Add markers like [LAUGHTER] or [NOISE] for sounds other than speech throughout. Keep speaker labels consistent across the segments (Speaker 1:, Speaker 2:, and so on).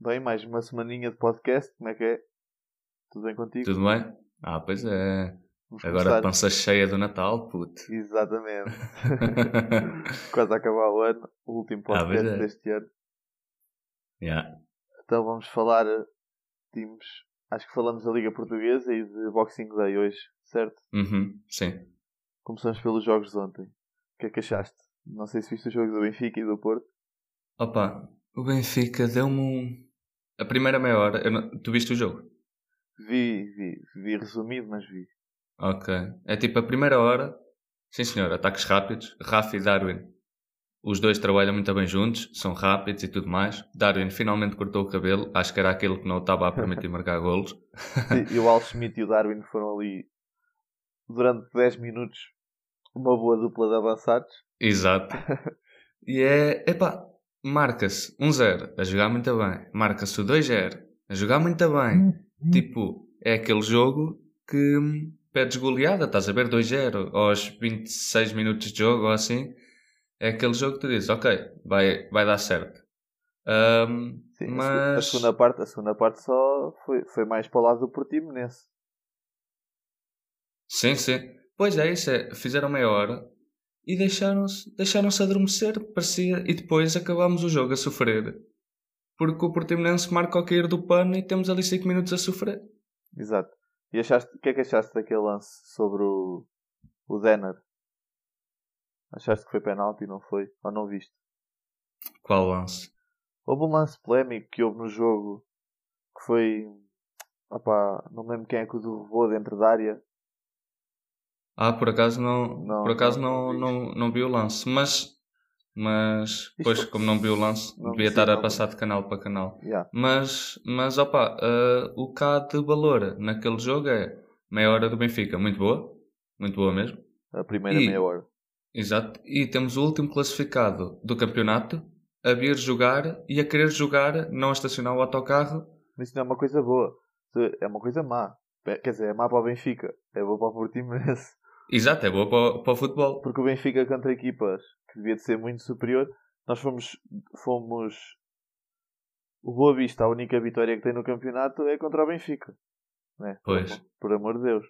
Speaker 1: Bem, mais uma semaninha de podcast, como é que é? Tudo bem contigo?
Speaker 2: Tudo bem? Ah, pois é.
Speaker 1: Vamos
Speaker 2: Agora a
Speaker 1: começar.
Speaker 2: pança cheia do Natal, [LAUGHS] puto.
Speaker 1: Exatamente. [LAUGHS] Quase a acabar o ano, o último
Speaker 2: Ah,
Speaker 1: podcast
Speaker 2: pois é.
Speaker 1: deste ano.
Speaker 2: yeah.
Speaker 1: Então vamos falar eh, de times. Acho que falamos da Liga Portuguesa e de Boxing Day hoje, certo?
Speaker 2: uhum. Sim.
Speaker 1: Começamos pelos jogos de ontem. O que é que achaste? Não sei se viste os jogos do Benfica e do Porto.
Speaker 2: Opa, o Benfica deu-me um... A primeira meia hora... eu não- Tu viste o jogo?
Speaker 1: Vi, vi, vi resumido, mas
Speaker 2: [LAUGHS]
Speaker 1: vi.
Speaker 2: Ok. É tipo a primeira hora... Sim senhor, ataques rápidos. Rafa e Darwin. Os dois trabalham muito bem juntos, são rápidos e tudo mais. Darwin finalmente cortou o cabelo. Acho que era aquele que não estava a permitir [LAUGHS] marcar golos.
Speaker 1: E, e o Al Schmidt e o Darwin foram ali durante 10 minutos uma boa dupla de avançados.
Speaker 2: Exato. [LAUGHS] E é, epá, marca-se 1-0 a jogar muito bem, marca-se o 2-0 a jogar muito bem. Tipo, é aquele jogo que hum, pedes goleada, estás a ver 2-0 aos 26 minutos de jogo ou assim. É aquele jogo que tu dizes, ok, vai, vai dar certo. Hum,
Speaker 1: Sim, a segu- a,
Speaker 2: mas
Speaker 1: segunda parte, a segunda parte só foi, foi mais para o lado do Portimonense.
Speaker 2: Sim, sim. Pois é, isso é. Fizeram meia hora e deixaram-se deixaram adormecer, parecia. E depois acabámos o jogo a sofrer. Porque o Portimonense marca ao cair do pano e temos ali 5 minutos a sofrer.
Speaker 1: Exato. E achaste, o que é que achaste daquele lance sobre o, o Denner? Achaste que foi penalti, não foi? Ou não viste?
Speaker 2: Qual lance?
Speaker 1: Houve um lance polémico que houve no jogo que foi. Opá, não me lembro quem é que o derrubou dentro da área.
Speaker 2: Ah, por acaso não.
Speaker 1: Não,
Speaker 2: por acaso
Speaker 1: não,
Speaker 2: não,
Speaker 1: não
Speaker 2: não, não vi o lance. Mas. Mas. Pois,
Speaker 1: foi-
Speaker 2: como não vi o lance,
Speaker 1: não
Speaker 2: devia
Speaker 1: vi,
Speaker 2: estar a
Speaker 1: não.
Speaker 2: passar de canal para canal.
Speaker 1: Yeah.
Speaker 2: Mas, mas opa, eh, o cá de valor naquele jogo é meia hora do Benfica. Muito boa. Muito boa mesmo.
Speaker 1: A primeira
Speaker 2: E-
Speaker 1: meia hora.
Speaker 2: Exato. E temos o último classificado do campeonato a vir jogar e a querer jogar, não a estacionar o autocarro.
Speaker 1: Mas isso não é uma coisa boa. Isso É uma coisa má. Pe- Quer dizer, é má para o Benfica. É boa para o [LAUGHS] Portimonense.
Speaker 2: Exato, é boa para o, para o futebol.
Speaker 1: Porque o Benfica contra equipas que devia de ser muito superior, nós fomos, fomos o Boa Vista, a única vitória que tem no campeonato é contra o Benfica. Né?
Speaker 2: Pois.
Speaker 1: Por, por amor de Deus,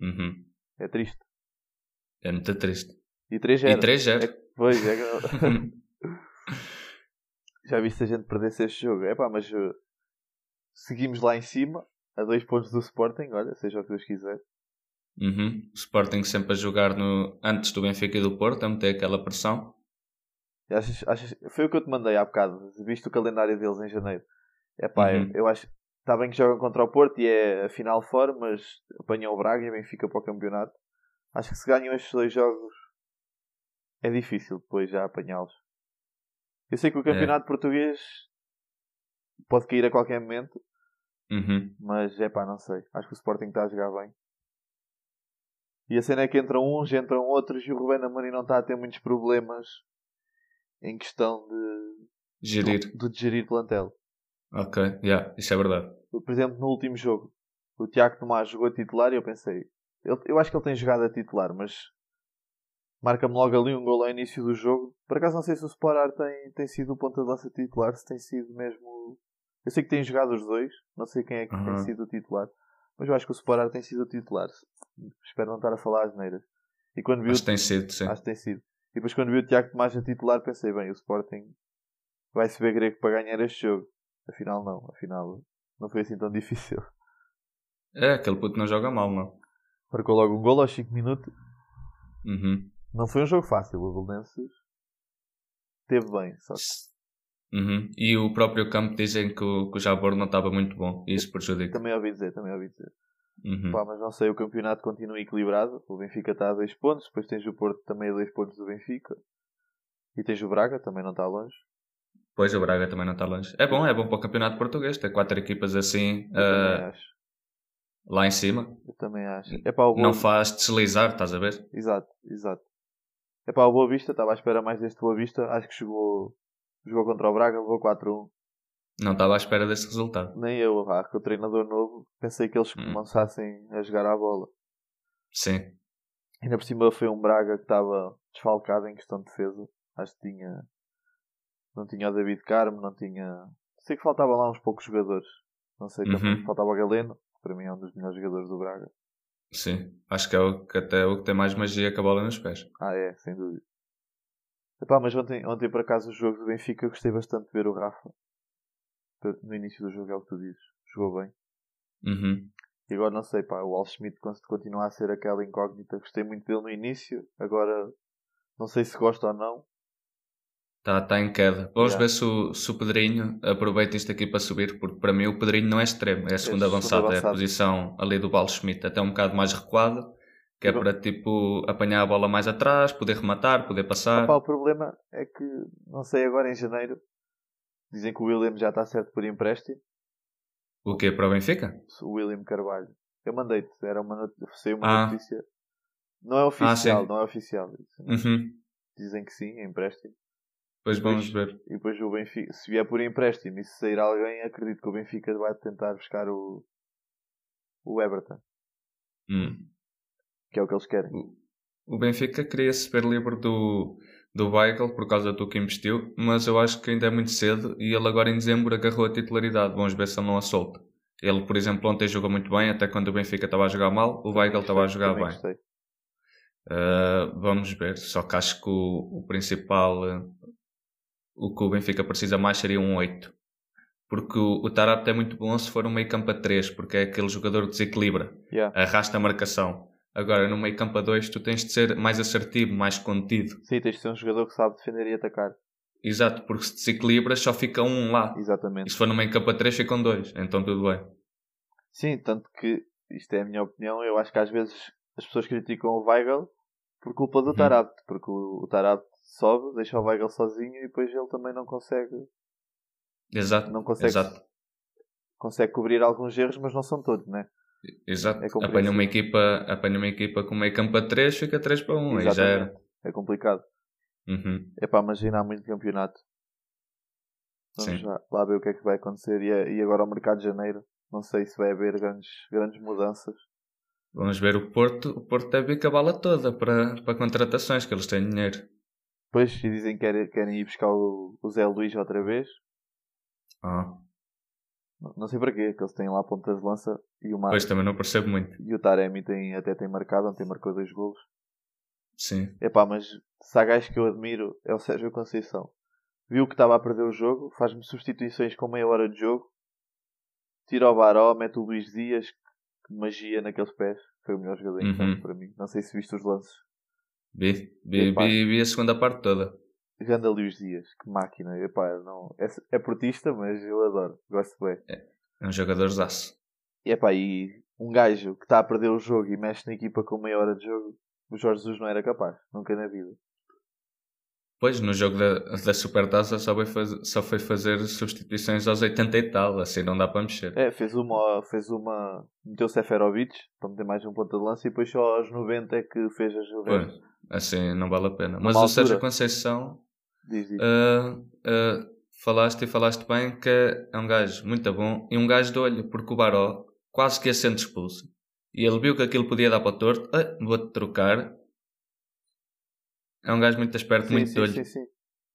Speaker 2: Uhum.
Speaker 1: é triste.
Speaker 2: É muito triste.
Speaker 1: E
Speaker 2: E Uhum.
Speaker 1: 3-0.
Speaker 2: [LAUGHS] 3-0.
Speaker 1: Pois, é que- [LAUGHS] já viste a gente perdesse este jogo. É pá, mas uh, seguimos lá em cima, a dois pontos do Sporting, olha, seja o que Deus quiser.
Speaker 2: Uhum. O Sporting sempre a jogar no, antes do Benfica e do Porto, a meter aquela pressão.
Speaker 1: E Achas, achas, foi o que eu te mandei há bocado, visto o calendário deles em janeiro. É pá,
Speaker 2: Uhum.
Speaker 1: eu, eu acho. Está bem que jogam contra o Porto e é a final fora, mas apanham o Braga e o Benfica para o campeonato. Acho que se ganham estes dois jogos é difícil depois já apanhá-los. Eu sei que o campeonato português pode cair a qualquer momento,
Speaker 2: Uhum.
Speaker 1: mas é pá, não sei. Acho que o Sporting está a jogar bem. E a cena é que entram uns, entram outros e o Rubén Amorim não está a ter muitos problemas em questão de
Speaker 2: Gerir.
Speaker 1: do de gerir plantel.
Speaker 2: Ok, yeah, isso é verdade.
Speaker 1: Eu, Por exemplo, no último jogo, o Tiago Tomás jogou a titular e eu pensei, ele- eu acho que ele tem jogado a titular, mas marca-me logo ali um gol ao início do jogo. Por acaso não sei se o Sporar tem, tem sido o ponta de lança titular, se tem sido mesmo. Eu sei que tem jogado os dois, não sei quem é que tem
Speaker 2: Aham.
Speaker 1: sido o titular, mas eu acho que o Sporar tem sido o titular. Espero não estar a falar as neiras. E quando vi o
Speaker 2: Acho que tem sido, sim.
Speaker 1: Acho que tem sido. E depois quando vi o Tiago Tomás a titular pensei, bem, o Sporting vai se ver grego para ganhar este jogo. Afinal não, afinal não foi assim tão [LAUGHS] difícil.
Speaker 2: É, aquele puto não joga mal, não.
Speaker 1: Marcou logo um gol aos 5 minutos.
Speaker 2: Uhum.
Speaker 1: Não foi um jogo fácil, o Belenenses teve bem, só que
Speaker 2: Uhum. E o próprio campo dizem que o, que o Jabor não estava muito bom. e Isso prejudica.
Speaker 1: também ouvi dizer, também ouvi dizer.
Speaker 2: Uhum.
Speaker 1: Pá, mas não sei, o campeonato continua equilibrado. O Benfica está a 2 pontos, depois tens o Porto também a 2 pontos do Benfica. E tens o Braga, também não está longe.
Speaker 2: Pois, o Braga também não está longe. É bom, é bom para o campeonato português. Ter quatro equipas assim
Speaker 1: Eu também
Speaker 2: ah,
Speaker 1: acho.
Speaker 2: lá em cima.
Speaker 1: Eu também acho. É pá, o
Speaker 2: Hum. Não
Speaker 1: Boa-
Speaker 2: faz deslizar, estás a ver?
Speaker 1: Exato, exato. Epá, o Boa Vista, estava à espera mais deste Boa Vista. Acho que chegou, jogou contra o Braga, levou 4-1.
Speaker 2: Não estava à espera desse resultado.
Speaker 1: Nem eu, ah, que o treinador novo, pensei que eles
Speaker 2: Hum.
Speaker 1: começassem a jogar à bola.
Speaker 2: Sim.
Speaker 1: Ainda por cima foi um Braga que estava desfalcado em questão de defesa. Acho que tinha. Não tinha o David Carmo, não tinha. Sei que faltava lá uns poucos jogadores. Não sei, também
Speaker 2: Uhum.
Speaker 1: faltava o Galeno, que para mim é um dos melhores jogadores do Braga.
Speaker 2: Sim. Acho que é o que, até, o que tem mais magia que a bola nos pés.
Speaker 1: Ah, é, sem dúvida. Epá, mas ontem, ontem por acaso o jogo do Benfica eu gostei bastante de ver o Rafa. No início do jogo é o que tu dizes. Jogou bem.
Speaker 2: Uhum.
Speaker 1: E agora não sei, pá, o Al Schmidt con- continua a ser aquela incógnita. Gostei muito dele no início, agora não sei se gosto ou não.
Speaker 2: Está tá em queda. Vamos
Speaker 1: Yeah.
Speaker 2: ver se o, se o Pedrinho aproveita isto aqui para subir, porque para mim o Pedrinho não é extremo, é a
Speaker 1: segundo
Speaker 2: segunda avançada, é a
Speaker 1: avançado.
Speaker 2: posição ali do Balo Schmidt, até um bocado mais recuado, que é
Speaker 1: Eu-
Speaker 2: para tipo apanhar a bola mais atrás, poder rematar, poder passar.
Speaker 1: Epá, o problema é que, não sei, agora em janeiro dizem que o William já está certo por empréstimo.
Speaker 2: O quê? Para o Benfica?
Speaker 1: O William Carvalho. Eu mandei-te, era uma not- saiu uma
Speaker 2: Ah.
Speaker 1: notícia. Não é oficial, não é oficial.
Speaker 2: Uhum.
Speaker 1: Dizem que sim, é empréstimo.
Speaker 2: Pois vamos
Speaker 1: Pois.
Speaker 2: ver.
Speaker 1: E depois o Benfica, se vier por empréstimo e se sair alguém, acredito que o Benfica vai tentar buscar o, o Everton,
Speaker 2: Hum.
Speaker 1: que é o que eles querem.
Speaker 2: O Benfica queria-se ver livre do, do Weigl por causa do que investiu, mas eu acho que ainda é muito cedo e ele agora em dezembro agarrou a titularidade. Vamos ver se ele não a solta. Ele, por exemplo, ontem jogou muito bem, até quando o Benfica estava a jogar mal, o Weigl estava a jogar
Speaker 1: Também
Speaker 2: bem.
Speaker 1: gostei.
Speaker 2: Uh, vamos ver, só que acho que o, o principal, uh, o que o Benfica precisa mais seria um 8. Porque o, o Tarapte é muito bom se for um meio campo a 3, porque é aquele jogador que desequilibra,
Speaker 1: Yeah.
Speaker 2: arrasta a marcação. Agora, no meio campo a 2, tu tens de ser mais assertivo, mais contido.
Speaker 1: Sim, tens de ser um jogador que sabe defender e atacar.
Speaker 2: Exato, porque se desequilibras só fica um lá. E
Speaker 1: Exatamente.
Speaker 2: se for no meio campo a 3, ficam dois. Então tudo bem.
Speaker 1: Sim, tanto que, isto é a minha opinião, eu acho que às vezes as pessoas criticam o Weigl por culpa do
Speaker 2: Uhum.
Speaker 1: Tarabte, porque o, o Tarabte sobe, deixa o Weigl sozinho e depois ele também não consegue,
Speaker 2: Exato,
Speaker 1: não consegue,
Speaker 2: exato,
Speaker 1: consegue cobrir alguns erros, mas não são todos, né?
Speaker 2: exato.
Speaker 1: é compreensível.
Speaker 2: apanha, uma equipa, apanha uma equipa com meio campo a 3, fica 3 para 1. E já era.
Speaker 1: É complicado.
Speaker 2: Uhum.
Speaker 1: Epá, mas ainda há muito campeonato. Vamos
Speaker 2: Sim.
Speaker 1: lá, lá ver o que é que vai acontecer. E, é- e agora o mercado de janeiro. Não sei se vai haver grandes, grandes mudanças.
Speaker 2: Vamos ver o Porto. O Porto deve ir com a bala toda para, para contratações, que eles têm dinheiro.
Speaker 1: Pois, e dizem que querem, querem ir buscar o, o Zé Luís outra vez.
Speaker 2: Ah,
Speaker 1: Não, não sei para quê, que eles têm lá pontas de lança e o, Mar...
Speaker 2: pois também não percebo muito.
Speaker 1: e o Taremi tem, até tem marcado, ontem marcou dois golos.
Speaker 2: Sim.
Speaker 1: Epá, mas se há gajo que eu admiro é o Sérgio Conceição. Viu que estava a perder o jogo, faz-me substituições com meia hora de jogo, tira o Baró, mete o Luís Dias, que magia naqueles pés. Foi o melhor jogador em
Speaker 2: Uhum.
Speaker 1: campo para mim. Não sei se viste os lances.
Speaker 2: Vi, vi,
Speaker 1: Epá.
Speaker 2: vi, vi a segunda parte toda.
Speaker 1: Ganda Luís Dias, que máquina. Epá, eu não... é, é portista, mas eu adoro. Gosto bem.
Speaker 2: É um jogador zaço.
Speaker 1: Epá, e um gajo que está a perder o jogo e mexe na equipa com meia hora de jogo, o Jorge Jesus não era capaz. Nunca na vida.
Speaker 2: Pois, no jogo da, da Supertaça só foi, faz- só foi fazer substituições aos 80 e tal, assim não dá para mexer.
Speaker 1: É, fez uma. Fez uma. Meteu Seferovic para meter mais um ponto de lança e depois só aos 90 é que fez as
Speaker 2: Pois,
Speaker 1: Juventus.
Speaker 2: assim não vale a pena. Mas o
Speaker 1: É altura.
Speaker 2: Sérgio Conceição
Speaker 1: Diz isso.
Speaker 2: Uh, uh, falaste e falaste bem que é um gajo muito bom e um gajo de olho, porque o Baró quase que ia sendo expulso. E ele viu que aquilo podia dar para o torto, "Ah, vou-te trocar. É um gajo muito esperto,
Speaker 1: sim,
Speaker 2: muito de
Speaker 1: sim,
Speaker 2: olho.
Speaker 1: sim, sim.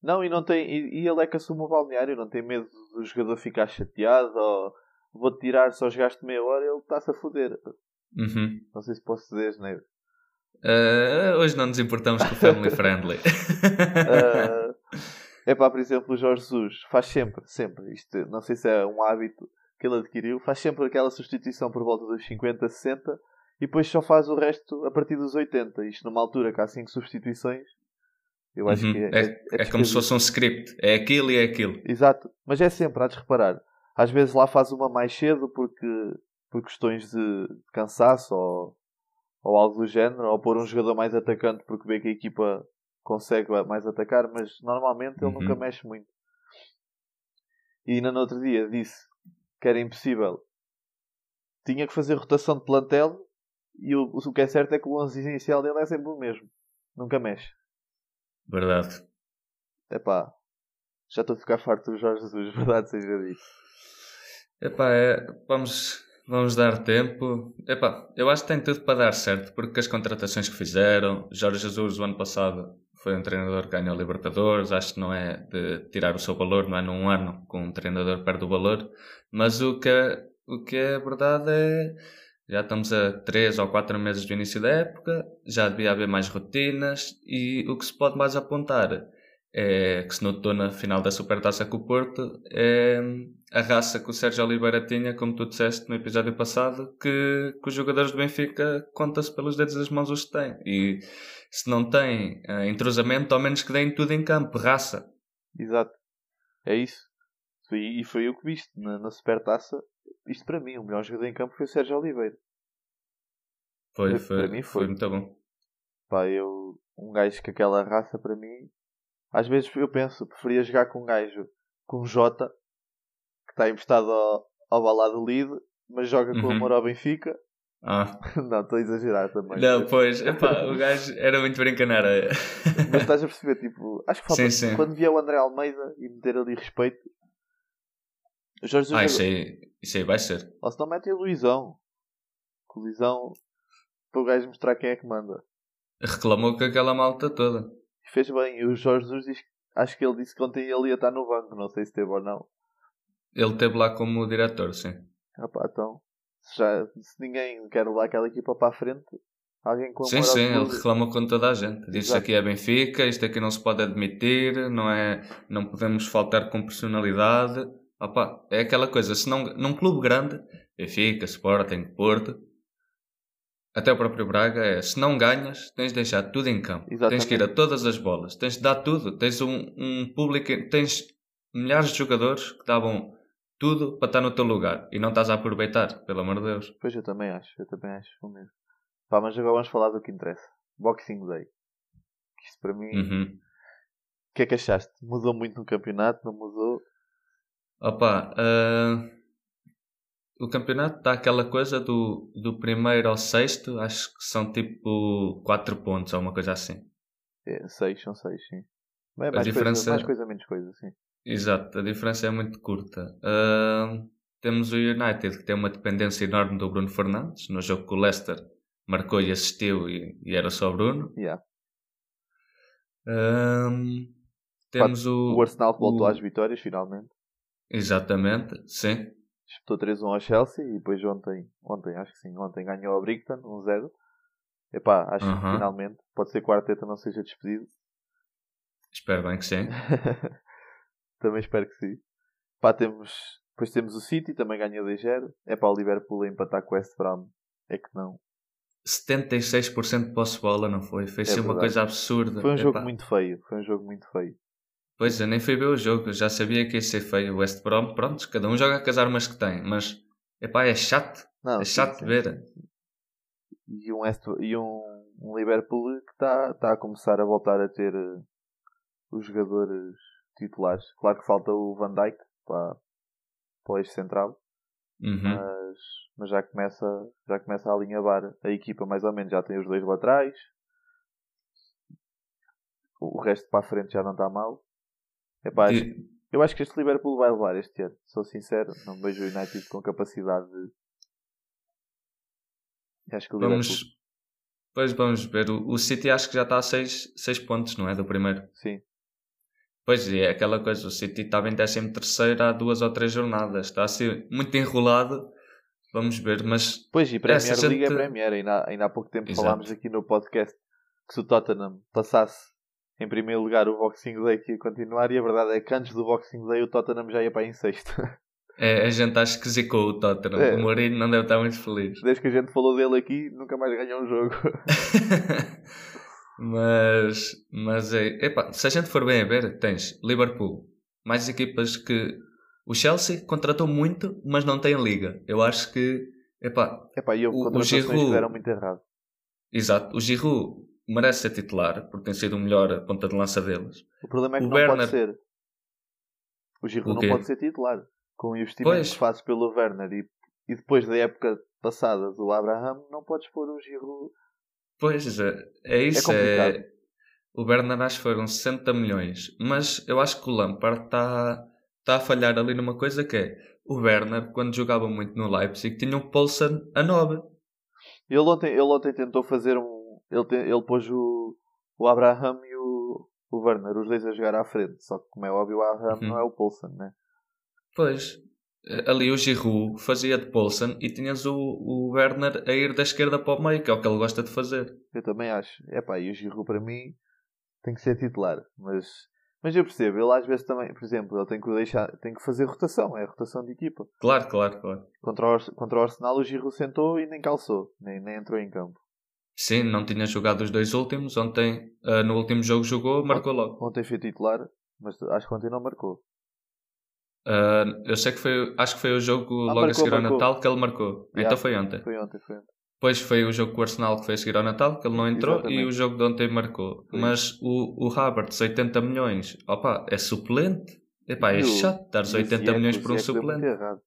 Speaker 1: Não, e não tem. E, e ele é que assume o balneário, não tem medo do jogador ficar chateado ou vou tirar só jogaste meia hora, ele está-se a foder.
Speaker 2: Uhum.
Speaker 1: Não sei se posso dizer, né?
Speaker 2: Uh, hoje não nos importamos com
Speaker 1: [LAUGHS]
Speaker 2: o Family Friendly.
Speaker 1: Ah, é pá, por exemplo, o Jorge Jesus faz sempre, sempre, isto não sei se é um hábito que ele adquiriu, faz sempre aquela substituição por volta dos 50, 60 e depois só faz o resto a partir dos 80. Isto numa altura que há 5 substituições, eu acho
Speaker 2: Uhum.
Speaker 1: que é,
Speaker 2: É, é como se
Speaker 1: descabido.
Speaker 2: fosse um script. É aquilo e é aquilo.
Speaker 1: Exato, mas é sempre, há de reparar. Às vezes lá faz uma mais cedo porque por questões de cansaço ou, ou algo do género, ou pôr um jogador mais atacante porque vê que a equipa consegue mais atacar, mas normalmente ele
Speaker 2: Uhum.
Speaker 1: nunca mexe muito. E ainda no outro dia disse que era impossível. Tinha que fazer rotação de plantel e o, o que é certo é que o 11 inicial dele é sempre o mesmo. Nunca mexe.
Speaker 2: Verdade.
Speaker 1: Epá, [LAUGHS] já estou a ficar farto do Jorge Jesus, verdade seja dito.
Speaker 2: Epá, é, vamos, Vamos dar tempo. Epá, eu acho que tem tudo para dar certo, porque as contratações que fizeram, Jorge Jesus, o ano passado, foi um treinador que ganhou a Libertadores, acho que não é de tirar o seu valor, não é num ano que um treinador perde o valor, mas o que, é- o que é verdade é, já estamos a 3 ou 4 meses do início da época, já devia haver mais rotinas, e o que se pode mais apontar é que se notou na final da Supertaça com o Porto, é a raça que o Sérgio Oliveira tinha, como tu disseste no episódio passado, que, que os jogadores do Benfica contam-se pelos dedos das mãos os que têm, e se não tem eh, entrosamento, ao menos que deem tudo em campo, raça.
Speaker 1: Exato. É isso. Foi- e foi eu que viste na, na supertaça. Isto para mim, o melhor jogador em campo foi o Sérgio Oliveira.
Speaker 2: Foi,
Speaker 1: Para-
Speaker 2: foi,
Speaker 1: para mim
Speaker 2: foi.
Speaker 1: foi.
Speaker 2: muito bom.
Speaker 1: Pá, eu, um gajo com aquela raça para mim, às vezes eu penso, preferia jogar com um gajo com um Jota, que está emprestado ao, ao balado Lide, mas joga com
Speaker 2: Uhum.
Speaker 1: amor ao Benfica. [LAUGHS]
Speaker 2: Ah.
Speaker 1: Não, estou a exagerar também.
Speaker 2: Não, pois,
Speaker 1: [LAUGHS]
Speaker 2: epá, o gajo era muito brincaneira.
Speaker 1: Mas estás a perceber, tipo, acho que falta
Speaker 2: [LAUGHS] Sim, sim.
Speaker 1: quando vier o André Almeida e meter ali respeito. o Jorge
Speaker 2: Ah,
Speaker 1: Jesus-
Speaker 2: isso aí, isso aí vai ser.
Speaker 1: Ou se não metem o Luizão. Que o Luizão para o gajo mostrar quem é que manda.
Speaker 2: Reclamou com aquela malta toda.
Speaker 1: E fez bem. E o Jorge Jesus diz acho que ele disse que ontem ele ia estar no banco. Não sei se teve ou não.
Speaker 2: Ele esteve lá como diretor, sim.
Speaker 1: Rapá, então se, já, se ninguém quer levar aquela equipa para a frente, alguém com
Speaker 2: Sim,
Speaker 1: amor ao
Speaker 2: sim, ele
Speaker 1: clube-
Speaker 2: reclamou com toda a gente. Diz isto
Speaker 1: Exato.
Speaker 2: aqui é Benfica, isto aqui não se pode admitir, não é, não podemos faltar com personalidade. Opa, é aquela coisa, se não, num clube grande, Benfica, Sporting, Porto, até o próprio Braga, é, se não ganhas, tens de deixar tudo em campo. Tens
Speaker 1: Exatamente.
Speaker 2: que ir a todas as bolas, tens de dar tudo. Tens um, um público, tens milhares de jogadores que davam tudo para estar no teu lugar e não estás a aproveitar, pelo amor de Deus.
Speaker 1: Pois eu também acho. Eu também acho. o mesmo. Pá, mas agora vamos falar do que interessa. Boxing Day. Que Isso para mim.
Speaker 2: Uhum.
Speaker 1: O que é que achaste? Mudou muito no campeonato? Não mudou?
Speaker 2: Opa, ah, o campeonato está aquela coisa do, do primeiro ao sexto, acho que são tipo 4 pontos ou uma coisa assim.
Speaker 1: É, seis, são seis, sim. Mas é mais,
Speaker 2: diferença-
Speaker 1: coisa, mais coisa, menos coisa, sim.
Speaker 2: Exato, a diferença é muito curta. Ah, temos o United que tem uma dependência enorme do Bruno Fernandes, no jogo que o Leicester marcou e assistiu e, e era só Bruno.
Speaker 1: Yeah.
Speaker 2: Ah, temos o,
Speaker 1: O Arsenal voltou
Speaker 2: o-
Speaker 1: às vitórias, finalmente.
Speaker 2: Exatamente, sim.
Speaker 1: Disputou 3-1 ao Chelsea e depois ontem, ontem acho que sim, ontem ganhou ao Brighton 1-0. Epá, acho que
Speaker 2: Aham.
Speaker 1: finalmente, pode ser que o Arteta não seja despedido. [LAUGHS]
Speaker 2: Espero bem que sim.
Speaker 1: Também espero que sim. Pá, temos, depois temos o City, também ganhou 2-0. Epá, o Liverpool a empatar com o West Brom. É que não.
Speaker 2: 76% de posse de bola, não foi? Foi
Speaker 1: É
Speaker 2: ser uma
Speaker 1: verdade.
Speaker 2: coisa absurda.
Speaker 1: Foi um jogo
Speaker 2: Epá.
Speaker 1: muito feio, foi um jogo muito feio.
Speaker 2: Pois, eu nem fui ver o jogo, eu já sabia que ia ser feio. O West Brom, pronto, cada um joga com as armas que tem, mas epá, é chato,
Speaker 1: Não,
Speaker 2: é
Speaker 1: Ah, sim,
Speaker 2: chato
Speaker 1: sim.
Speaker 2: de ver.
Speaker 1: e um, Est- e um, um Liverpool que está tá a começar a voltar a ter eh, os jogadores titulares. Claro que falta o Van Dijk para, para o eixo central,
Speaker 2: Uhum.
Speaker 1: mas, mas já, começa, já começa a alinhavar a equipa mais ou menos. Já tem os dois laterais, o o resto para a frente já não está mal. Epá, acho-
Speaker 2: E-
Speaker 1: eu acho que este Liverpool vai levar este ano, sou sincero. Não vejo o United com capacidade de. Acho que o Liverpool.
Speaker 2: vamos, pois vamos ver. O, o City acho que já está a 6 pontos, não é? Do primeiro.
Speaker 1: Sim,
Speaker 2: Pois é, é aquela coisa, o City estava em 13 terceiro há duas ou três jornadas, está assim muito enrolado. Vamos ver, mas
Speaker 1: Pois, e
Speaker 2: Essa
Speaker 1: Premier
Speaker 2: gente-
Speaker 1: League é Premier. Ainda, ainda há pouco tempo
Speaker 2: Exato.
Speaker 1: falámos aqui no podcast que se o Tottenham passasse em primeiro lugar o Boxing Day que ia continuar, e a verdade é que antes do Boxing Day o Tottenham já ia para aí em sexto. [LAUGHS]
Speaker 2: é, a gente acho que zicou o Tottenham.
Speaker 1: É.
Speaker 2: O Mourinho não deve estar muito feliz.
Speaker 1: Desde que a gente falou dele aqui, nunca mais ganhou um jogo.
Speaker 2: [LAUGHS] mas, mas é, epá, se a gente for bem a ver, tens Liverpool, mais equipas que o Chelsea contratou muito, mas não tem liga. Eu acho que, epá,
Speaker 1: Epá, e houve
Speaker 2: O- o
Speaker 1: contratações
Speaker 2: Giroud-
Speaker 1: que deram muito errado.
Speaker 2: exato, o Giroud merece ser titular, porque tem sido o melhor ponta de lança deles.
Speaker 1: O problema é que
Speaker 2: O
Speaker 1: não
Speaker 2: Werner-
Speaker 1: pode ser. O Giroud
Speaker 2: O
Speaker 1: não
Speaker 2: quê?
Speaker 1: pode ser titular. Com o investimento
Speaker 2: Pois.
Speaker 1: que fazes pelo Werner e, e depois da época passada do Abraham, não podes pôr o Giroud.
Speaker 2: Pois é, é isso.
Speaker 1: complicado.
Speaker 2: é- o Bernard acho que foram tá 60 milhões, mas eu acho que o Lampard está tá a falhar ali numa coisa que é o Werner, quando jogava muito no Leipzig, tinha um pulso a 9.
Speaker 1: Ele ontem, ele ontem tentou fazer um. Ele, te- ele pôs o, o Abraham e o, o Werner, os dois a jogar à frente. Só que, como é óbvio, o Abraham
Speaker 2: Uhum.
Speaker 1: não é o Poulsen, né?
Speaker 2: Pois, eh, ali o Giroud fazia de Paulson e tinhas o, o Werner a ir da esquerda para o meio, que é o que ele gosta de fazer.
Speaker 1: Eu também acho. Epá, e o Giroud para mim tem que ser titular. Mas, mas eu percebo, ele às vezes também, por exemplo, ele tem que, deixar, tem que fazer rotação, é rotação de equipa.
Speaker 2: Claro, claro, claro.
Speaker 1: Contra o, Ars- contra o Arsenal o Giroud sentou e nem calçou, nem, nem entrou em campo.
Speaker 2: Sim, não tinha jogado os dois últimos. Ontem, eh, no último jogo, jogou, marcou logo.
Speaker 1: Ontem foi titular, mas acho que ontem não marcou.
Speaker 2: Eh, eu sei que foi, acho que foi o jogo
Speaker 1: Ah,
Speaker 2: logo
Speaker 1: marcou,
Speaker 2: a seguir ao
Speaker 1: marcou.
Speaker 2: Natal que ele marcou.
Speaker 1: Yeah.
Speaker 2: Então foi ontem.
Speaker 1: Foi ontem, foi ontem.
Speaker 2: Depois foi o jogo com o Arsenal que foi a seguir ao Natal, que ele não entrou, e
Speaker 1: Exatamente.
Speaker 2: o jogo de ontem marcou.
Speaker 1: Foi.
Speaker 2: Mas o, o Havertz, 80 milhões, opa, é suplente? Epá,
Speaker 1: E
Speaker 2: é
Speaker 1: o-
Speaker 2: chato dar
Speaker 1: E o
Speaker 2: 80
Speaker 1: Ziyech,
Speaker 2: milhões
Speaker 1: o
Speaker 2: por um
Speaker 1: Ziyech é deu muito
Speaker 2: suplente.
Speaker 1: errado.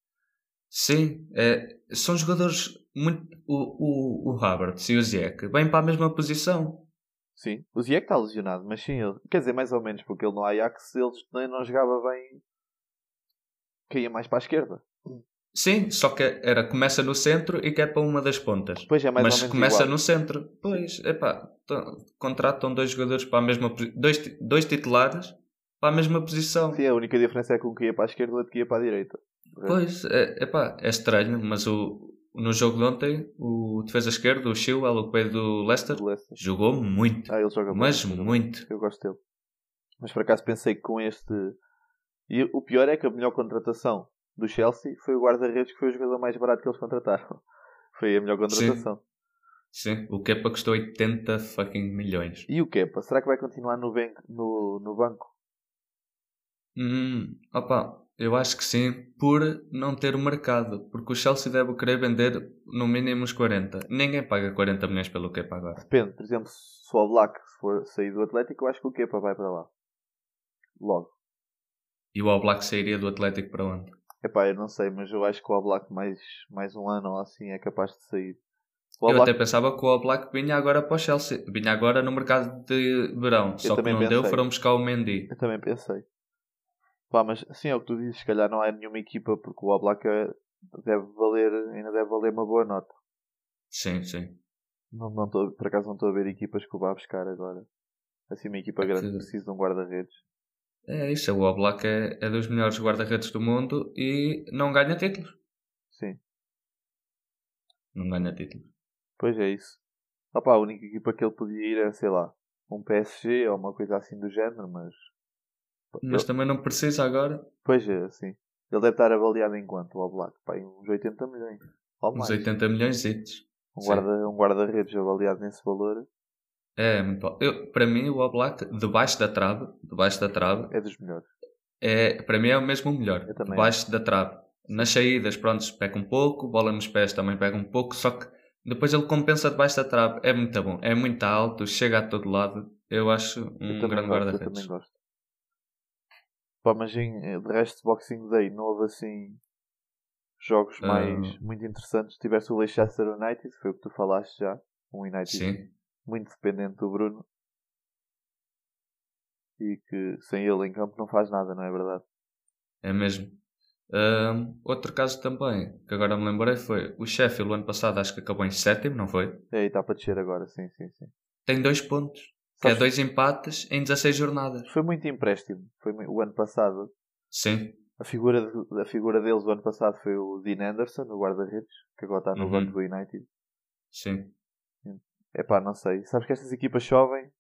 Speaker 2: Sim, é, são jogadores muito. O, o, o Havertz e o Ziyech vêm para a mesma posição.
Speaker 1: Sim, o Ziyech está lesionado, mas sim, ele, quer dizer, mais ou menos, porque ele no Ajax ele nem não jogava bem, caía mais para a esquerda.
Speaker 2: Sim, só que era começa no centro e quer para uma das pontas.
Speaker 1: Pois é, mais ou
Speaker 2: Mas
Speaker 1: menos
Speaker 2: começa
Speaker 1: igual.
Speaker 2: no centro. Pois, epá, tão- contratam dois jogadores para a mesma posi- dois, ti- dois titulares para a mesma posição.
Speaker 1: Sim, a única diferença é que um que ia para a esquerda e o outro que ia para a direita.
Speaker 2: Pois, é, epá, é estranho, mas o, no jogo de ontem, o defesa esquerdo, o Chilwell, o pé do Leicester,
Speaker 1: Do Leicester.
Speaker 2: jogou muito,
Speaker 1: Ah, ele joga bem,
Speaker 2: mas
Speaker 1: joga bem.
Speaker 2: muito.
Speaker 1: Eu gosto dele. Mas por acaso pensei que com este. E o pior é que a melhor contratação do Chelsea foi o guarda-redes, que foi o jogador mais barato que eles contrataram. [LAUGHS] Foi a melhor contratação.
Speaker 2: Sim, o Kepa custou 80 fucking milhões.
Speaker 1: E o Kepa? Será que vai continuar no, ben... no, no banco?
Speaker 2: Hum, opa, eu acho que sim, por não ter o mercado, porque o Chelsea deve querer vender no mínimo uns 40. Ninguém paga 40 milhões pelo Kepa agora.
Speaker 1: Depende, por exemplo, se o Black for sair do Atlético, eu acho que o Kepa vai para lá. Logo.
Speaker 2: E o All Black sairia do Atlético para onde?
Speaker 1: Epá, eu não sei, mas eu acho que o Oblak mais, mais um ano ou assim é capaz de sair. O
Speaker 2: Eu
Speaker 1: Oblak-
Speaker 2: até pensava que o All Black vinha agora para o Chelsea, vinha agora no mercado de verão, só que
Speaker 1: também
Speaker 2: não deu,
Speaker 1: pensei.
Speaker 2: foram buscar o Mendy.
Speaker 1: Eu também pensei. Pá, mas sim, é o que tu dizes, se calhar não há nenhuma equipa, porque o Oblak é- deve valer, ainda deve valer uma boa nota.
Speaker 2: Sim, sim.
Speaker 1: Não, não tô, por acaso não estou a ver equipas que o vá buscar agora. Assim, uma equipa grande
Speaker 2: Sim.
Speaker 1: que precisa de um guarda-redes.
Speaker 2: É isso, o Oblak é, é dos melhores guarda-redes do mundo e não ganha títulos.
Speaker 1: Sim,
Speaker 2: Não ganha títulos.
Speaker 1: pois é isso. Ah pá, a única equipa que ele podia ir é, sei lá, um PSG ou uma coisa assim do género, mas.
Speaker 2: Mas também não precisa agora.
Speaker 1: Pois é, assim. Ele deve estar avaliado em quanto, o Oblak? Pá, em uns 80 milhões. Ou
Speaker 2: Uns
Speaker 1: mais.
Speaker 2: 80 milhões de
Speaker 1: Um
Speaker 2: sim.
Speaker 1: guarda- um guarda-redes avaliado nesse valor
Speaker 2: É, muito bom. Eu, para mim, o Oblak, debaixo da trave, debaixo da trave,
Speaker 1: é dos melhores.
Speaker 2: é, para mim é o mesmo o melhor.
Speaker 1: Eu também
Speaker 2: Debaixo da trave. Nas saídas, pronto, pega um pouco, bola nos pés também pega um pouco, só que depois ele compensa debaixo da trave. É muito bom, é muito alto, chega a todo lado. Eu acho
Speaker 1: Eu também
Speaker 2: um grande
Speaker 1: gosto, eu também
Speaker 2: guarda-redes.
Speaker 1: gosto. Pá, mas em, eh, de resto, Boxing Day, não houve assim jogos
Speaker 2: Ah.
Speaker 1: mais muito interessantes. Tiveste o Leicester United, foi o que tu falaste já. Um United
Speaker 2: Sim.
Speaker 1: muito dependente do Bruno. E que sem ele em campo não faz nada, não é verdade?
Speaker 2: É mesmo. Ahm, outro caso também, que agora me lembrei, foi o Sheffield, o ano passado, acho que acabou em sétimo, não foi?
Speaker 1: É, e está para descer agora, sim, sim, sim.
Speaker 2: Tem dois pontos, que é
Speaker 1: Sabes,
Speaker 2: dois empates em 16 jornadas.
Speaker 1: Foi muito empréstimo. Foi mui- o ano passado.
Speaker 2: Sim,
Speaker 1: A figura, de- a figura deles o ano passado foi o Dean Anderson, o guarda-redes, que agora está no
Speaker 2: Uhum.
Speaker 1: banco do United.
Speaker 2: sim.
Speaker 1: É pá, não sei. Sabes que estas equipas chovem,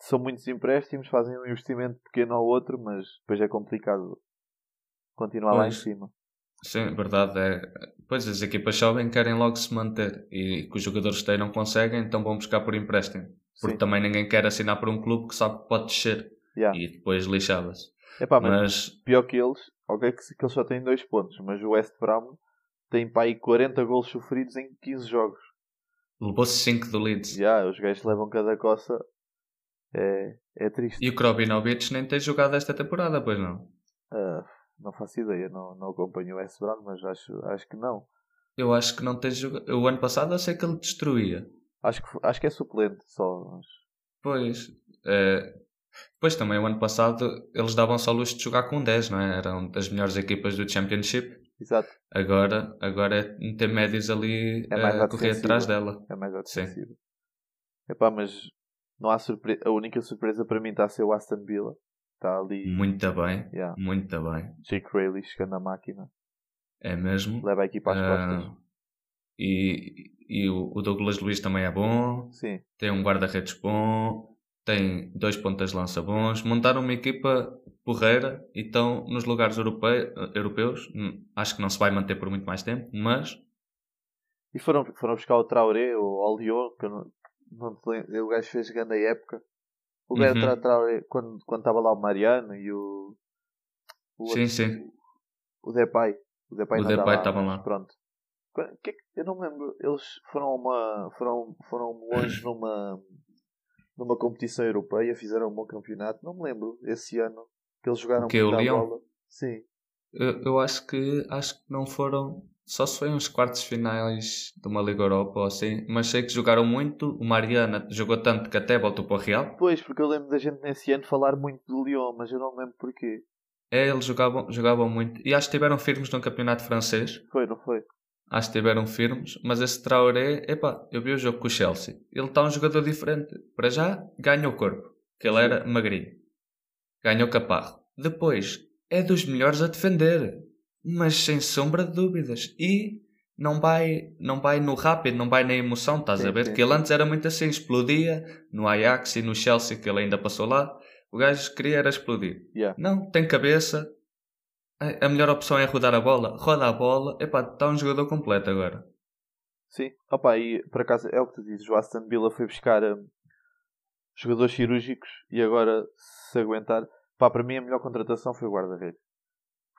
Speaker 1: são muitos empréstimos, fazem um investimento pequeno ao outro, mas depois é complicado continuar lá em
Speaker 2: Pois.
Speaker 1: cima.
Speaker 2: Sim, verdade é. Pois as equipas jovens querem logo se manter e que os jogadores que têm não conseguem, então vão buscar por empréstimo. Porque
Speaker 1: Sim.
Speaker 2: também ninguém quer assinar por um clube que sabe que pode descer
Speaker 1: Yeah.
Speaker 2: e depois lixava-se.
Speaker 1: É pá, mas
Speaker 2: Mas
Speaker 1: pior que eles, ok, que, se- que eles só têm dois pontos, mas o West Brom tem pá aí 40 golos sofridos em 15 jogos.
Speaker 2: levou-se 5 do Leeds.
Speaker 1: Já, os gajos levam cada coça, é, é triste.
Speaker 2: E o Krobinovic nem tem jogado esta temporada, pois não?
Speaker 1: Ah, não faço ideia, não, não acompanho o West Brom, mas acho, acho que não.
Speaker 2: Eu acho que não tem jogado. O ano passado eu sei que ele destruía.
Speaker 1: Acho que, acho que é suplente só, mas
Speaker 2: Pois. eh, Depois também, o ano passado, eles davam-se ao luxo de jogar com 10, não é? Eram das melhores equipas do Championship.
Speaker 1: Exato.
Speaker 2: Agora, agora é meter médios ali
Speaker 1: É mais
Speaker 2: a correr
Speaker 1: ofensivo.
Speaker 2: atrás dela.
Speaker 1: É mais ofensivo. Epá, mas não há surpresa. A única surpresa para mim está a ser o Aston Villa. Está ali.
Speaker 2: Muito bem,
Speaker 1: Yeah.
Speaker 2: muito bem.
Speaker 1: Jake Rayleigh chegando à máquina.
Speaker 2: É mesmo.
Speaker 1: Leva a equipa às
Speaker 2: Ah,
Speaker 1: costas.
Speaker 2: e e o, o Douglas Luiz também é bom,
Speaker 1: Sim.
Speaker 2: tem um guarda-redes bom, tem dois pontas de lança bons. Montaram uma equipa porreira e estão nos lugares europei- europeus. Hum, Acho que não se vai manter por muito mais tempo, mas
Speaker 1: E foram, foram buscar o Traoré, o ao Lyon, que eu não, não te lembro. O gajo fez grande época. O gajo
Speaker 2: Uhum.
Speaker 1: Tra- Traoré, quando quando estava lá o Mariano e o. o outro-
Speaker 2: sim, sim.
Speaker 1: O Depay. O Depay
Speaker 2: O
Speaker 1: não tá
Speaker 2: Depay
Speaker 1: lá,
Speaker 2: tava
Speaker 1: mas
Speaker 2: lá.
Speaker 1: Pronto. Qu- que é que- eu não me lembro. Eles foram a uma. foram, foram
Speaker 2: [COUGHS]
Speaker 1: longe numa. numa competição europeia, fizeram um bom campeonato. Não me lembro esse ano que eles jogaram
Speaker 2: Que é o
Speaker 1: muito à
Speaker 2: Lyon?
Speaker 1: bola. Sim.
Speaker 2: Eu, eu acho que acho que não foram. Só se foi uns quartos finais de uma Liga Europa ou assim, mas sei que jogaram muito. O Mariana jogou tanto que até voltou para o Real.
Speaker 1: Pois, porque eu lembro da gente nesse ano falar muito do Lyon, mas eu não me lembro porquê.
Speaker 2: É, eles jogavam, jogavam muito. E acho que estiveram firmes no campeonato francês.
Speaker 1: Foi, não foi?
Speaker 2: Acho que estiveram firmes. Mas esse Traoré, epá, eu vi o jogo com o Chelsea. Ele está um jogador diferente. Para já, ganha o corpo. Que ele era magrinho. Ganhou caparro. Depois, é dos melhores a defender. Mas sem sombra de dúvidas. E não vai, não vai no rápido, não vai na emoção, estás
Speaker 1: Sim,
Speaker 2: a ver?
Speaker 1: sim,
Speaker 2: Que ele antes era muito assim, explodia no Ajax e no Chelsea, que ele ainda passou lá. O gajo queria era explodir.
Speaker 1: Yeah.
Speaker 2: Não, tem cabeça. A a melhor opção é rodar a bola. Roda a bola. Epá, está um jogador completo agora.
Speaker 1: Sim. Opa, e por acaso é o que tu dizes, o Aston Villa foi buscar hum, jogadores cirúrgicos e agora se aguentar. Pá, para mim a melhor contratação foi o guarda-redes.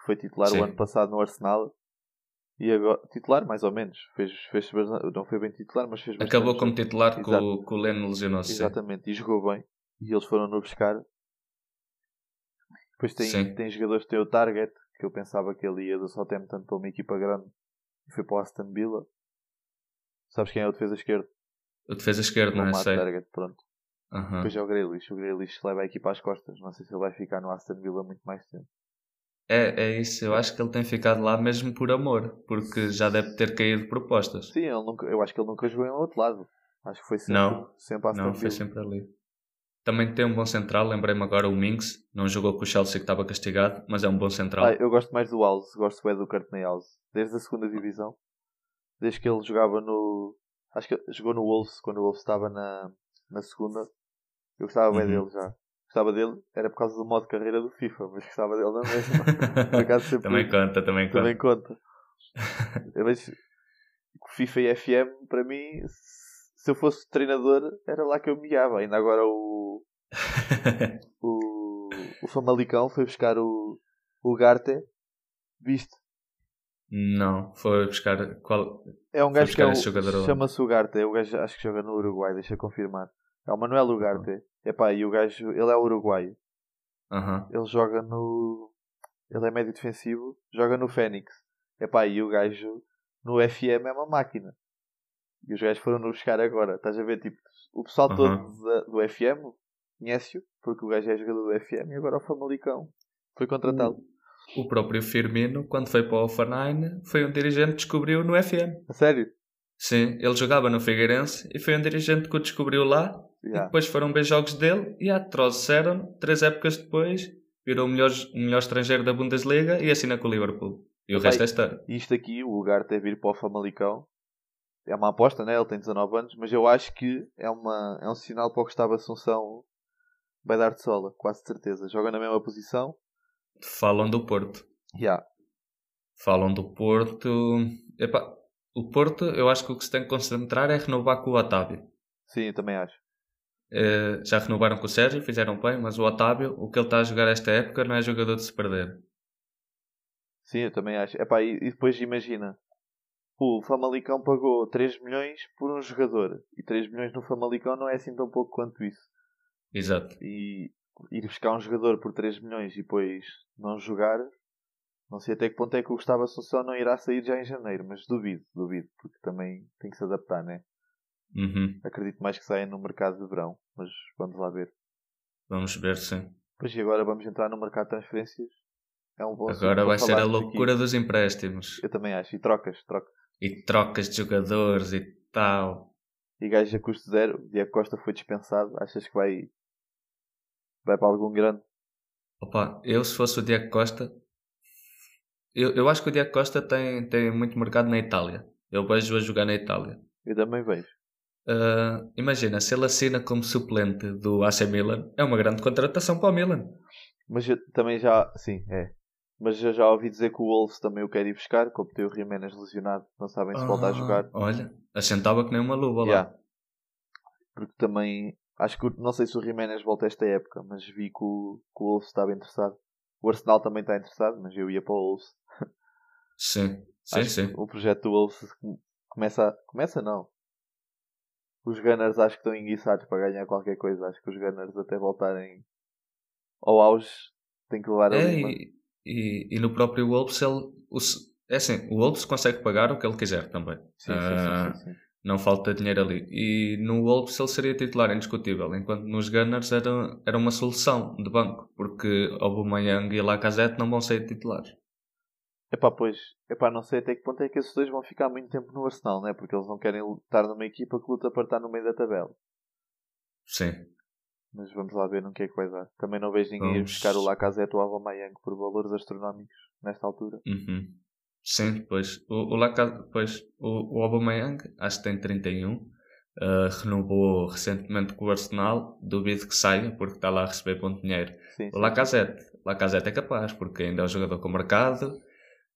Speaker 1: Foi titular
Speaker 2: Sim.
Speaker 1: o ano passado no Arsenal e agora titular mais ou menos. Fez, fez bastante- não foi bem titular, mas fez bastante
Speaker 2: Acabou como
Speaker 1: jogo.
Speaker 2: titular que o,
Speaker 1: Exato.
Speaker 2: que o Leno lesionou-se. sim.
Speaker 1: Exatamente, e jogou bem. E eles foram no buscar. Depois tem,
Speaker 2: Sim.
Speaker 1: tem jogadores que têm o Target, que eu pensava que ele ia do Southampton para uma equipa grande e foi para o Aston Villa. Sabes quem é o defesa esquerdo?
Speaker 2: O defesa esquerdo, não é?
Speaker 1: Matt
Speaker 2: Sei. Ah.
Speaker 1: Target, pronto.
Speaker 2: Aham.
Speaker 1: Depois é o Grealish. O Grealish leva a equipa às costas. Não sei se ele vai ficar no Aston Villa muito mais tempo.
Speaker 2: É, é isso. Eu acho que ele tem ficado lá mesmo por amor. Porque já deve ter caído propostas.
Speaker 1: Sim, ele nunca, eu acho que ele nunca jogou em outro lado. Acho que foi sempre,
Speaker 2: Não.
Speaker 1: sempre Aston
Speaker 2: não,
Speaker 1: Villa.
Speaker 2: foi sempre ali. Também tem um bom central. Lembrei-me agora o Minx. Não jogou com o Chelsea que estava castigado. Mas é um bom central.
Speaker 1: Ah, eu gosto mais do House. Gosto bem do Courtney House. Desde a segunda divisão. Desde que ele jogava no... Acho que ele jogou no Wolves. Quando o Wolves estava na, na segunda. Eu gostava bem
Speaker 2: Uhum.
Speaker 1: dele já. Gostava dele. Era por causa do modo de carreira do FIFA. Mas gostava dele na
Speaker 2: [LAUGHS]
Speaker 1: mesma. por acaso sempre...
Speaker 2: também conta, também conta.
Speaker 1: Também conta. Eu vejo que FIFA e FM, para mim, se eu fosse treinador, era lá que eu me guiava. Ainda agora o, o, o Famalicão foi buscar o, o Garte. Viste?
Speaker 2: não, foi buscar. Qual...
Speaker 1: É um
Speaker 2: Foi
Speaker 1: gajo que é
Speaker 2: buscar esse jogador
Speaker 1: o-
Speaker 2: lá.
Speaker 1: chama-se Ugarte. É o gajo acho que joga no Uruguai, deixa eu confirmar. É o Manuel Ugarte. Epá, e o gajo, ele é uruguaio.
Speaker 2: Aham.
Speaker 1: Ele joga no. Ele é médio defensivo, joga no Fênix. Epá, e o gajo no FM é uma máquina. E os gajos foram no buscar agora. Estás a ver, tipo, o pessoal todo da- do FM conhece-o, porque o gajo é jogador do FM e agora o Famalicão foi contratado.
Speaker 2: O próprio Firmino, quando foi para o Offenheim, foi um dirigente que descobriu no FM.
Speaker 1: A sério?
Speaker 2: Sim, ele jogava no Figueirense e foi um dirigente que o descobriu lá. E
Speaker 1: Já.
Speaker 2: depois foram ver jogos dele e a trouxeram três épocas depois, virou o melhor, o melhor estrangeiro da Bundesliga e assina com o Liverpool. E o
Speaker 1: Epá,
Speaker 2: resto é história.
Speaker 1: E isto aqui, o lugar até vir para o Famalicão. É uma aposta, né? Ele tem 19 anos, mas eu acho que é, uma, é um sinal para o Gustavo Assunção vai dar de sola, quase certeza. Joga na mesma posição.
Speaker 2: Falam do Porto.
Speaker 1: Já.
Speaker 2: Falam do Porto. Epá, o Porto, eu acho que o que se tem que concentrar é renovar com o Otávio.
Speaker 1: Sim, eu também acho.
Speaker 2: Eh, já renovaram com o Sérgio, fizeram bem, mas o Otávio, o que ele está a jogar esta época, não é jogador de se perder.
Speaker 1: Sim, eu também acho. Epá, e, e depois imagina. O Famalicão pagou 3 milhões por um jogador. E 3 milhões no Famalicão não é assim tão pouco quanto isso.
Speaker 2: Exato.
Speaker 1: E ir buscar um jogador por 3 milhões e depois não jogar. Não sei até que ponto é que o Gustavo Assunção não irá sair já em janeiro, mas duvido, duvido, porque também tem que se adaptar, né?
Speaker 2: Uhum.
Speaker 1: Acredito mais que saia no mercado de verão, mas vamos lá ver.
Speaker 2: Vamos ver, sim.
Speaker 1: Pois e agora vamos entrar no mercado de transferências. É um bom assunto
Speaker 2: Agora
Speaker 1: para
Speaker 2: vai ser a
Speaker 1: falarmos
Speaker 2: loucura
Speaker 1: aqui.
Speaker 2: dos empréstimos.
Speaker 1: Eu também acho. E trocas, trocas.
Speaker 2: E trocas de jogadores e tal.
Speaker 1: E gajo a custo zero. O Diego Costa foi dispensado. Achas que vai. Vai para algum grande?
Speaker 2: Opa, eu se fosse o Diego Costa. Eu, eu acho que o Diego Costa tem, tem muito mercado na Itália. Eu vejo-o a jogar na Itália.
Speaker 1: Eu também vejo.
Speaker 2: Ah, imagina, se ele assina como suplente do AC Milan, é uma grande contratação para o Milan.
Speaker 1: Mas eu também já. Sim, é. Mas eu já ouvi dizer que o Wolves também o quer ir buscar. Como tem o Jiménez lesionado. Não sabem se volta a jogar.
Speaker 2: Ah, Olha, assentava que nem uma luva lá.
Speaker 1: Yeah. Porque também. Acho que. o- Não sei se o Jiménez volta esta época. Mas vi que o, que o Wolves estava interessado. O Arsenal também está interessado. Mas eu ia para o Wolves.
Speaker 2: Sim, sim,
Speaker 1: Acho
Speaker 2: sim.
Speaker 1: que O projeto do Wolves com- começa. Começa não. Os Gunners acho que estão enguiçados para ganhar qualquer coisa. Acho que os Gunners até voltarem ao auge têm que levar a
Speaker 2: É,
Speaker 1: Lima.
Speaker 2: e, e, e no próprio Wolves, ele, o, se- é assim, o Wolves consegue pagar o que ele quiser também.
Speaker 1: Sim, sim, sim, sim, sim.
Speaker 2: Não falta dinheiro ali. E no Wolves ele seria titular, indiscutível. Enquanto nos Gunners era, era uma solução de banco. Porque Aubameyang e Lacazette não vão ser titulares.
Speaker 1: Epá, pois, epá, não sei até que ponto é que esses dois vão ficar muito tempo no Arsenal, né? Porque eles não querem estar numa equipa que luta para estar no meio da tabela.
Speaker 2: Sim.
Speaker 1: Mas vamos lá ver no que é que vai dar. Também não vejo ninguém ir
Speaker 2: Vamos.
Speaker 1: buscar o Lacazette ou o Aubameyang por valores astronómicos nesta altura.
Speaker 2: Uhum. Sim, pois. O, o, Laca, pois, o, o Aubameyang, acho que tem 31. ah, renovou recentemente com o Arsenal. Duvido que saia, porque está lá a receber bom dinheiro.
Speaker 1: Sim,
Speaker 2: O
Speaker 1: sim.
Speaker 2: Lacazette. Lacazette é capaz, porque ainda é um jogador com mercado.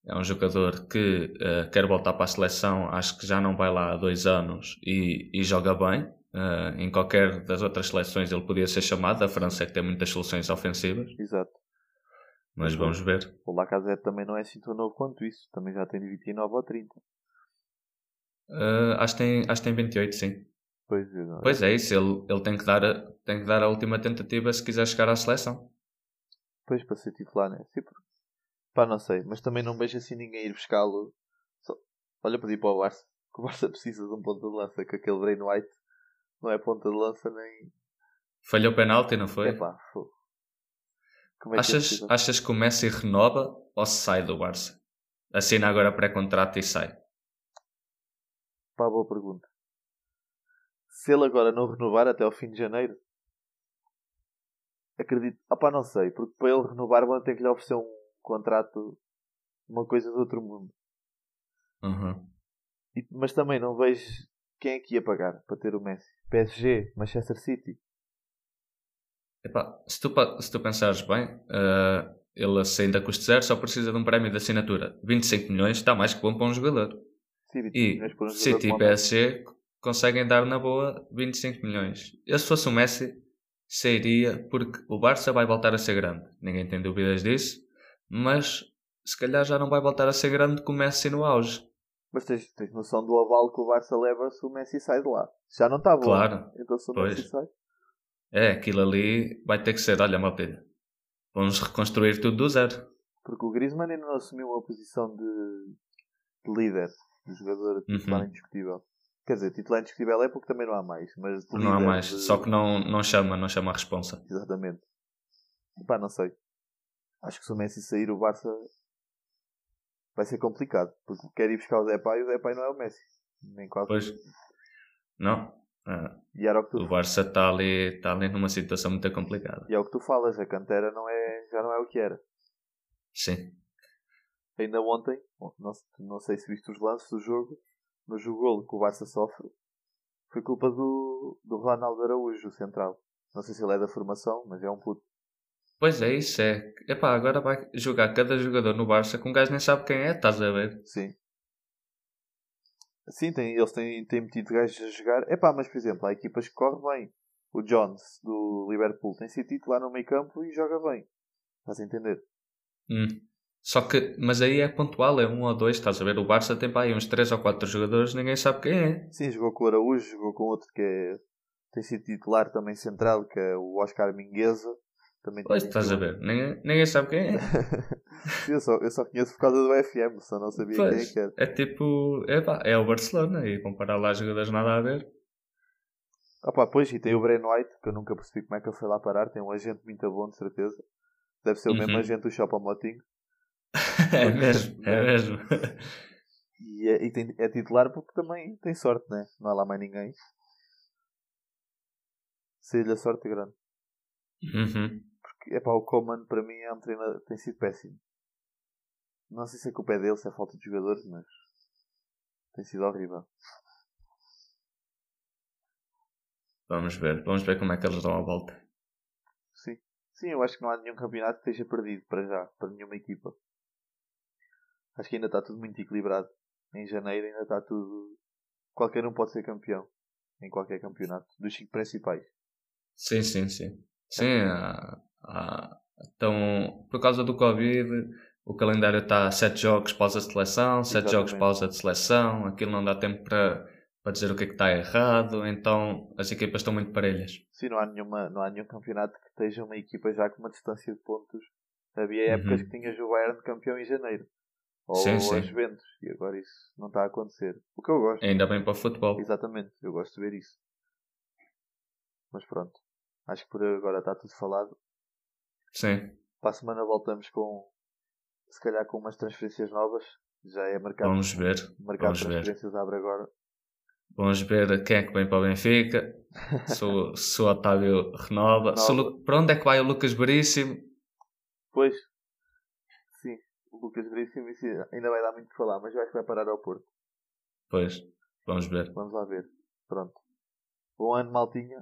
Speaker 2: É um jogador que eh, quer voltar para a seleção, acho que já não vai lá há dois anos e, e joga bem. Eh, em qualquer das outras seleções ele podia ser chamado. A França é que tem muitas soluções ofensivas,
Speaker 1: Exato.
Speaker 2: mas vamos ver.
Speaker 1: O Lacazette também não é assim tão novo quanto isso. Também já tem de 29 ou 30.
Speaker 2: Eh, acho, que tem, acho que tem 28, sim.
Speaker 1: Pois é, não.
Speaker 2: Pois é, isso. Ele, ele tem, que dar a, tem que dar a última tentativa se quiser chegar à seleção.
Speaker 1: Pois para ser titular, né? Sim, porque... Pá, não sei. Mas também não vejo assim ninguém ir buscá-lo. Só- Olha, pedi para o Barça. Que o Barça [LAUGHS] precisa de um ponta de lança. Que aquele Brain White não é ponta de lança nem.
Speaker 2: Falhou o penalti, não foi?
Speaker 1: Epá, fogo. Como é que é
Speaker 2: Achas,
Speaker 1: possível?
Speaker 2: achas que o Messi renova ou sai do Barça? Assina agora pré-contrato e sai.
Speaker 1: Pá, boa pergunta. Se ele agora não renovar até ao fim de janeiro, acredito. Ah, pá, não sei. Porque para ele renovar, vão ter que lhe oferecer um contrato, uma coisa do outro mundo.
Speaker 2: Uhum.
Speaker 1: E- mas também não vejo quem é que ia pagar para ter o Messi. PSG, Manchester City.
Speaker 2: Epá, se, tu, pa- se tu pensares bem, eh, ele ainda custa zero, só precisa de um prémio de assinatura. 25 milhões está mais que bom para um jogador.
Speaker 1: City,
Speaker 2: E
Speaker 1: mas por um jogador
Speaker 2: City e
Speaker 1: como o Messi.
Speaker 2: PSG conseguem dar na boa 25 milhões. Eu se fosse o Messi, sairia porque o Barça vai voltar a ser grande. Ninguém tem dúvidas disso. Mas se calhar já não vai voltar a ser grande com o Messi no auge.
Speaker 1: Mas tens, tens noção do avalo que o Barça leva se o Messi sai de lá. Já não está bom.
Speaker 2: Claro.
Speaker 1: Então se o
Speaker 2: Pois.
Speaker 1: Messi sai.
Speaker 2: É, aquilo ali vai ter que ser, olha, malta, vamos reconstruir tudo do zero.
Speaker 1: Porque o Griezmann ainda não assumiu uma posição de, de líder. De jogador titular
Speaker 2: Uhum.
Speaker 1: indiscutível. Quer dizer, titular indiscutível é porque também não há mais. Mas de
Speaker 2: Não há
Speaker 1: líder,
Speaker 2: mais,
Speaker 1: de-
Speaker 2: só que não, não chama, não chama a responsa.
Speaker 1: Exatamente. Pá, não sei. Acho que se o Messi sair, o Barça vai ser complicado. Porque quer ir buscar o Zé Pai e o Zé Pai não é o Messi. Nem quase.
Speaker 2: Pois, não, Ah,
Speaker 1: E era o que tu,
Speaker 2: o Barça está ali, está ali numa situação muito complicada.
Speaker 1: e é o que tu falas, a cantera não é, já não é o que era.
Speaker 2: Sim,
Speaker 1: Ainda ontem, bom, não, se- não sei se viste os lances do jogo, mas o golo que o Barça sofre foi culpa do, do Ronaldo Araújo, o central. Não sei se ele é da formação, mas é um puto.
Speaker 2: pois é, isso é. Epá, agora vai jogar cada jogador no Barça que um gajo nem sabe quem é, estás a ver?
Speaker 1: Sim. Sim, tem, eles têm, têm metido gajos a jogar. Epá, mas por exemplo, há equipas que correm bem. O Jones do Liverpool tem sido titular no meio campo e joga bem. Estás a entender?
Speaker 2: Hum. Só que, mas aí é pontual, é um ou dois, estás a ver? O Barça tem pá, aí uns três ou quatro jogadores, ninguém sabe quem é.
Speaker 1: Sim, jogou com o Araújo, jogou com outro que é, tem sido titular também central, que é o Oscar Mingueza. Também
Speaker 2: Pois,
Speaker 1: tem
Speaker 2: estás a ver? Ninguém, ninguém sabe quem é.
Speaker 1: eu, só, eu só conheço por causa do FM, só não sabia quem é
Speaker 2: Pois,
Speaker 1: que era.
Speaker 2: é tipo, é pá, é o Barcelona e comparar lá jogadores nada a ver.
Speaker 1: Ah pá, pois, e tem o Breno White, que eu nunca percebi como é que ele foi lá parar. Tem um agente muito bom, de certeza. Deve ser o mesmo
Speaker 2: Uhum.
Speaker 1: agente do Shopping Motinho.
Speaker 2: [LAUGHS] É mesmo, é mesmo.
Speaker 1: E, é, e tem- é titular porque também tem sorte, né? Não há lá mais ninguém. Seja-lhe a sorte grande.
Speaker 2: Uhum.
Speaker 1: É pá, o Coman para mim é um treinador tem sido péssimo. Não sei se é culpa é dele, se é falta de jogadores, mas tem sido horrível.
Speaker 2: Vamos ver, vamos ver como é que eles dão a volta.
Speaker 1: Sim. Sim, eu acho que não há nenhum campeonato que esteja perdido para já, para nenhuma equipa. Acho que ainda está tudo muito equilibrado. Em janeiro ainda está tudo. Qualquer um pode ser campeão. Em qualquer campeonato. Dos cinco principais.
Speaker 2: Sim, sim, sim. Sim, há- há- então, por causa do Covid, o calendário está sete jogos pausa de seleção, sete jogos
Speaker 1: Exatamente.
Speaker 2: pausa de seleção, aquilo não dá tempo para, para dizer o que é que está errado, então as equipas estão muito parelhas.
Speaker 1: Sim, não há, nenhuma, não há nenhum campeonato que esteja uma equipa já com uma distância de pontos. Havia épocas
Speaker 2: Uhum.
Speaker 1: que tinhas o Bayern campeão em janeiro. Ou
Speaker 2: Sim,
Speaker 1: as
Speaker 2: sim.
Speaker 1: Juventus. E agora isso não está a acontecer. O que eu gosto.
Speaker 2: Ainda bem para o futebol.
Speaker 1: Exatamente, eu gosto de ver isso. Mas pronto. Acho que por agora está tudo falado.
Speaker 2: Sim,
Speaker 1: Para a semana voltamos com se calhar com umas transferências novas. Já é mercado,
Speaker 2: vamos ver.
Speaker 1: mercado
Speaker 2: vamos
Speaker 1: de
Speaker 2: ver.
Speaker 1: transferências abre agora.
Speaker 2: Vamos ver quem é que vem para o [LAUGHS] Benfica, se o, se o Otávio renova, se o Lu- para onde é que vai o Lucas Veríssimo,
Speaker 1: Pois sim, o Lucas Veríssimo isso ainda vai dar muito de falar, mas eu acho que vai parar ao Porto.
Speaker 2: pois, vamos ver.
Speaker 1: Vamos lá ver. Pronto. Bom ano maltinha.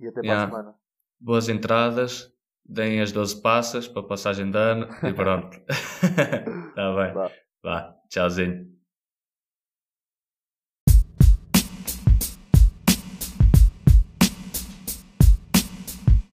Speaker 1: E até para
Speaker 2: Yeah.
Speaker 1: a semana.
Speaker 2: boas entradas, deem as 12 [LAUGHS] passas para passagem de ano e pronto. Está Tá bem.
Speaker 1: Vá.
Speaker 2: Vá, tchauzinho.